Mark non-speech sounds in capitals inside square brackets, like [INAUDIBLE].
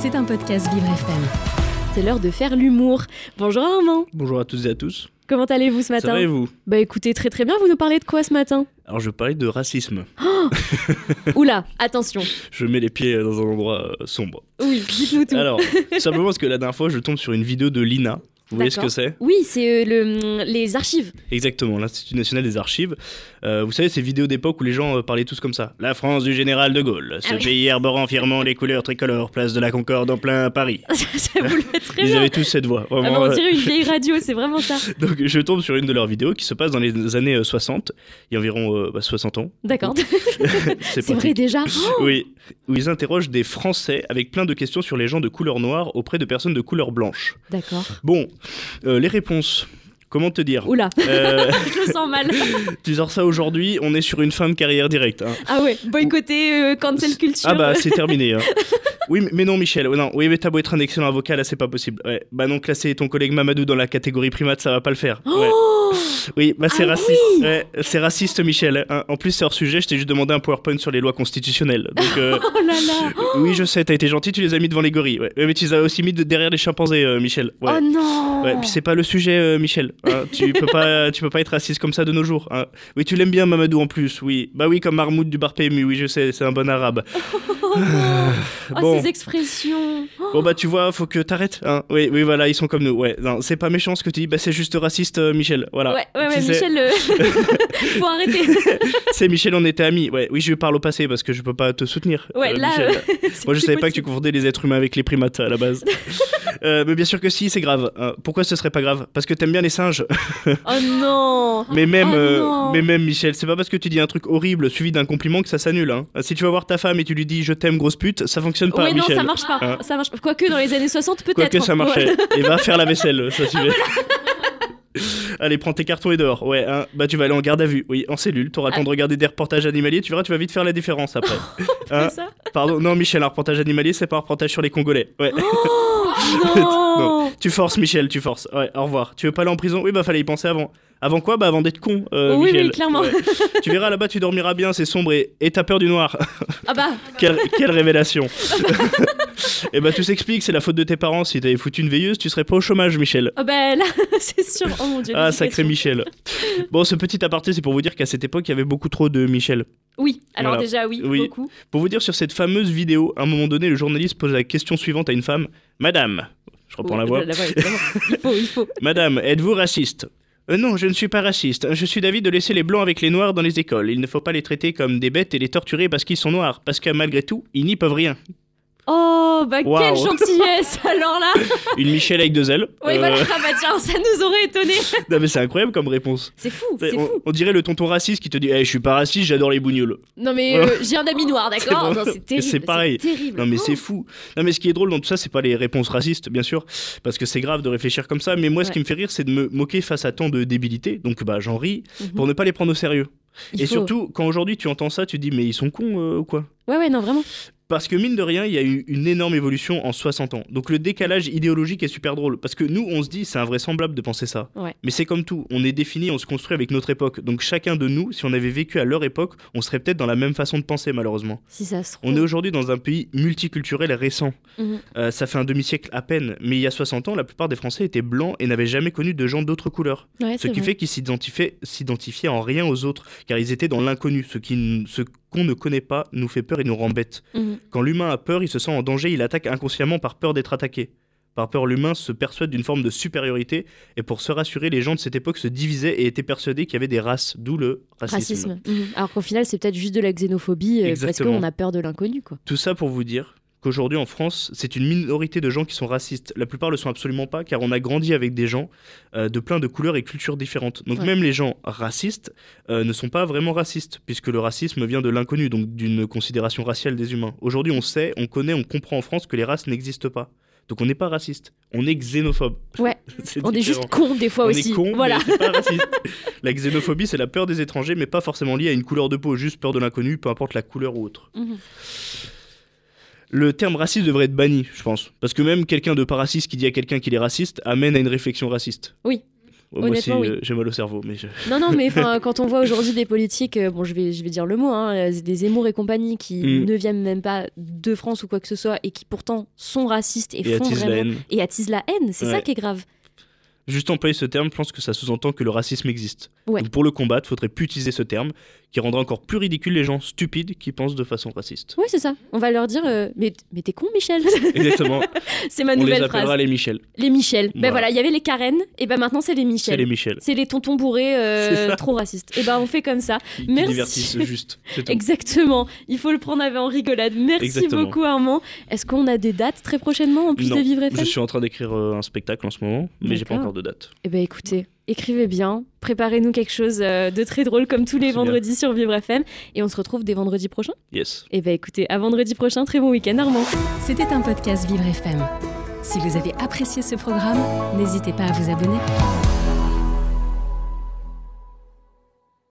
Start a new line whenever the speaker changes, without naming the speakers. C'est un podcast Vivre FM. C'est l'heure de faire l'humour. Bonjour Armand.
Bonjour à toutes et à tous.
Comment allez-vous ce matin
Ça va et vous
Bah écoutez, très très bien. Vous nous parlez de quoi ce matin
Alors je parlais de racisme. [LAUGHS]
Oula, attention.
Je mets les pieds dans un endroit euh, sombre.
Oui, dites-nous tout. [LAUGHS]
Alors, simplement parce que la dernière fois, je tombe sur une vidéo de l'INA. Vous voyez ce que
D'accord.
c'est
Oui, c'est euh, le, les archives. [LAUGHS]
Exactement, l'Institut National des Archives. Euh, vous savez, ces vidéos d'époque où les gens euh, parlaient tous comme ça. La France du général de Gaulle, ce
Ah oui.
pays arborant fièrement les couleurs tricolores, place de la Concorde en plein Paris.
ça vous le fait très
Ils
bien.
avaient tous cette voix,
Ah
vraiment.
bah, on
euh,
dirait une
[LAUGHS]
vieille radio, c'est vraiment ça.
Donc je tombe sur une de leurs vidéos qui se passe dans les années euh, 60, il y a environ euh, bah, 60 ans.
D'accord. [LAUGHS]
C'est
C'est
pratique.
vrai déjà.
Oui, où ils interrogent des Français avec plein de questions sur les gens de couleur noire auprès de personnes de couleur blanche.
D'accord.
Bon, euh, les réponses, comment te dire
Oula, [LAUGHS]
Euh,
je le sens mal.
Tu sors ça aujourd'hui, on est sur une fin de carrière directe. hein.
Ah ouais, boycotter, euh, cancel culture.
Ah bah c'est terminé. hein. Oui, mais- mais non Michel, oh non, oui mais t'as beau être un excellent avocat, là c'est pas possible. Ouais, Bah non, classer ton collègue Mamadou dans la catégorie primate, ça va pas le faire. Ouais.
Oh
Oui, bah c'est
Ah
raciste.
oui
Ouais, c'est raciste Michel. hein. En plus c'est hors sujet, je t'ai juste demandé un PowerPoint sur les lois constitutionnelles. Donc... euh,
Oh là là
Oui, je sais, t'as été gentil, tu les as mis devant les gorilles. Ouais. Ouais, Mais tu les as aussi mis de- derrière les chimpanzés, euh, Michel. Ouais.
Oh non
Ouais, puis c'est pas le sujet, euh, Michel. hein. tu peux pas, [LAUGHS] tu peux pas être raciste comme ça de nos jours. hein. Oui, tu l'aimes bien, Mamadou en plus. Oui, bah oui, comme Marmoud du bar PMU. Oui, je sais, c'est un bon arabe.
Oh
[SIGHS]
non Oh,
bon,
ces expressions Oh,
bon bah tu vois, faut que t'arrêtes. hein. Oui, oui, voilà, ils sont comme nous. Ouais, non, c'est pas méchant ce que tu dis. Bah c'est juste raciste, euh, Michel. Voilà.
Ouais, ouais, ouais,
Tu sais, Euh,
Michel,
[LAUGHS]
euh, faut arrêter
C'est Michel, on était amis. Ouais, oui, je lui parle au passé parce que je peux pas te soutenir.
Ouais,
euh,
là,
Michel.
c'est
Moi,
plus
je savais pas que tu
possible.
confondais les êtres humains avec les primates à
[LAUGHS]
la base. Euh, mais bien sûr que si, c'est grave. Euh, pourquoi ce serait pas grave Parce que t'aimes bien les singes.
Oh non
[LAUGHS] Mais même,
Oh
euh,
non.
mais même Michel, c'est pas parce que tu dis un truc horrible suivi d'un compliment que ça s'annule. hein. Euh, Si tu vas voir ta femme et tu lui dis je t'aime grosse pute, ça fonctionne pas,
Ouais, non,
Michel.
ça marche pas
Hein.
Ça marche pas. Quoique dans les années 60, peut-être hein.
Quoique ça
Ouais. Ah,
marchait. Et va faire la vaisselle, ça suffit. [LAUGHS] Allez, prends tes cartons et dehors. Ouais, hein. bah tu vas aller en garde à vue. Oui, en cellule. T'auras
Ah.
le temps de regarder des reportages animaliers. Tu verras, tu vas vite faire la
[LAUGHS]
différence après. Hein.
C'est ça
Pardon, non, Michel, un reportage animalier, c'est pas un reportage sur les Congolais. Ouais.
Oh non
[LAUGHS] Non. Tu forces, Michel, tu forces. Ouais, au revoir. Tu veux pas aller en prison Oui, bah fallait y penser avant. Avant quoi Bah avant d'être con, euh,
Oui,
Michel.
oui, clairement.
Ouais. tu verras là-bas, tu dormiras bien, c'est sombre et et t'as peur du noir. [LAUGHS]
Ah bah,
quelle, quelle révélation. [LAUGHS] et bah tout s'explique, c'est la faute de tes parents. Si t'avais foutu une veilleuse, tu serais pas au chômage, Michel.
ah bah là, [LAUGHS] c'est sûr Oh mon dieu
Ah,
l'éducation.
sacré Michel. Bon, ce petit aparté, c'est pour vous dire qu'à cette époque, il y avait beaucoup trop de Michel.
Oui, alors
Voilà.
déjà, oui,
Oui.
beaucoup.
Pour vous dire sur cette fameuse vidéo, à un moment donné, le journaliste pose la question suivante à une femme. Madame, je reprends la voix.
Oh, La voix,
[LAUGHS]
évidemment. Il faut, il faut.
Madame, êtes-vous raciste Euh, Non, je ne suis pas raciste. Je suis d'avis de laisser les blancs avec les noirs dans les écoles. Il ne faut pas les traiter comme des bêtes et les torturer parce qu'ils sont noirs. Parce que malgré tout, ils n'y peuvent rien.
Oh, bah quelle
Waouh.
gentillesse [LAUGHS] Alors là,
Une Michel avec deux ailes.
[LAUGHS] oui,
Euh,
voilà, ah bah tiens, ça nous aurait étonné
non, mais c'est incroyable comme réponse.
C'est fou, c'est
on,
fou
on dirait le tonton raciste qui te dit Eh, Je suis pas raciste, j'adore les bougnoules.
Non mais euh, j'ai un ami noir, d'accord
C'est
Non,
bon.
C'est terrible.
C'est pareil.
terrible.
Non, mais
Oh.
c'est fou. Non, mais ce qui est drôle dans tout ça, c'est pas les réponses racistes, bien sûr, parce que c'est grave de réfléchir comme ça. Mais moi, ce qui me fait rire, c'est de me moquer face à tant de débilité. Donc, bah, j'en ris
Mhm.
pour ne pas les prendre au sérieux.
Il
et
faut-
surtout, quand aujourd'hui tu entends ça, tu te dis Mais ils sont cons euh, ou quoi
Ouais, ouais, non, vraiment.
Parce que mine de rien, il y a eu une énorme évolution en 60 ans. Donc le décalage idéologique est super drôle. Parce que nous, on se dit, c'est invraisemblable de penser ça.
Ouais.
Mais c'est comme tout, on est défini, on se construit avec notre époque. Donc chacun de nous, si on avait vécu à leur époque, on serait peut-être dans la même façon de penser, malheureusement.
Si ça se trouve.
On est aujourd'hui dans un pays multiculturel récent.
Mhm.
Euh, ça fait un demi-siècle à peine. Mais il y a 60 ans, la plupart des Français étaient blancs et n'avaient jamais connu de gens d'autres couleurs.
Ouais,
Ce
c'est
qui
vrai.
fait qu'ils s'identifiaient s'identifiaient en rien aux autres, car ils étaient dans l'inconnu. Ce qui n- ce qu'on ne connaît pas nous fait peur et nous rend bêtes.
Mhm.
Quand l'humain a peur, il se sent en danger, il attaque inconsciemment par peur d'être attaqué. Par peur, l'humain se persuade d'une forme de supériorité, et pour se rassurer, les gens de cette époque se divisaient et étaient persuadés qu'il y avait des races, d'où le racisme.
Racisme. Mhm. Alors qu'au final, c'est peut-être juste de la xénophobie euh, parce
Exactement.
qu'on a peur de l'inconnu, quoi.
Tout ça pour vous dire qu'aujourd'hui en France, c'est une minorité de gens qui sont racistes. La plupart le sont absolument pas, car on a grandi avec des gens euh, de plein de couleurs et cultures différentes. Donc
Ouais.
même les gens racistes euh, ne sont pas vraiment racistes, puisque le racisme vient de l'inconnu, donc d'une considération raciale des humains. Aujourd'hui, on sait, on connaît, on comprend en France que les races n'existent pas. Donc on n'est pas raciste, on est xénophobe.
Ouais.
[LAUGHS] C'est
On est
différent.
juste con des fois
On
aussi.
est con,
voilà.
mais c'est pas raciste. la xénophobie, c'est la peur des étrangers, mais pas forcément liée à une couleur de peau, juste peur de l'inconnu, peu importe la couleur ou autre.
Mhm.
Le terme raciste devrait être banni, je pense. Parce que même quelqu'un de pas raciste qui dit à quelqu'un qu'il est raciste amène à une réflexion raciste.
Oui.
Moi aussi,
Honnêtement, oui.
euh, j'ai mal au cerveau, mais je-
Non, non, mais enfin, quand on voit aujourd'hui des politiques, euh, bon, je vais, je vais dire le mot, hein, euh, des Zemmour et compagnie qui
Mm.
ne viennent même pas de France ou quoi que ce soit et qui pourtant sont racistes et,
et
font
attise la
vraiment.
haine.
Et attisent la haine, c'est ça
Ouais.
qui est grave.
Juste employer ce terme, je pense que ça sous-entend que le racisme existe.
Ouais.
Donc pour le combattre, faudrait plus utiliser ce terme, qui rendra encore plus ridicule les gens stupides qui pensent de façon
[LAUGHS]
raciste.
Oui, c'est ça. On va leur dire, euh, mais, mais t'es con, Michel [LAUGHS]
Exactement.
C'est ma
On les
nouvelle
appellera
phrase.
les Michel.
Les Michel. Ben
Voilà.
voilà, il y avait les Karen, et ben maintenant c'est les
C'est
Michel.
les Michel.
C'est les tontons bourrés euh,
C'est ça.
trop racistes. Et ben on fait comme
[LAUGHS]
ça.
Qui, qui
Merci.
divertissent juste. C'est tout.
Exactement. Il faut le prendre avec- en rigolade. Merci
Exactement.
beaucoup Armand. Est-ce qu'on a des dates très prochainement en plus
Non.
de Vivre
Je
FM
suis en train d'écrire euh, un spectacle en ce moment, mais j'ai pas
D'accord.
encore de date.
Eh ben écoutez, écrivez bien, préparez-nous quelque chose euh, de très drôle comme tous les
C'est bien.
vendredis sur Vivre FM et on se retrouve dès vendredi prochain.
Yes.
Eh ben écoutez, à vendredi prochain, très bon week-end Armand.
C'était un podcast Vivre FM. Si vous avez apprécié ce programme, n'hésitez pas à vous abonner.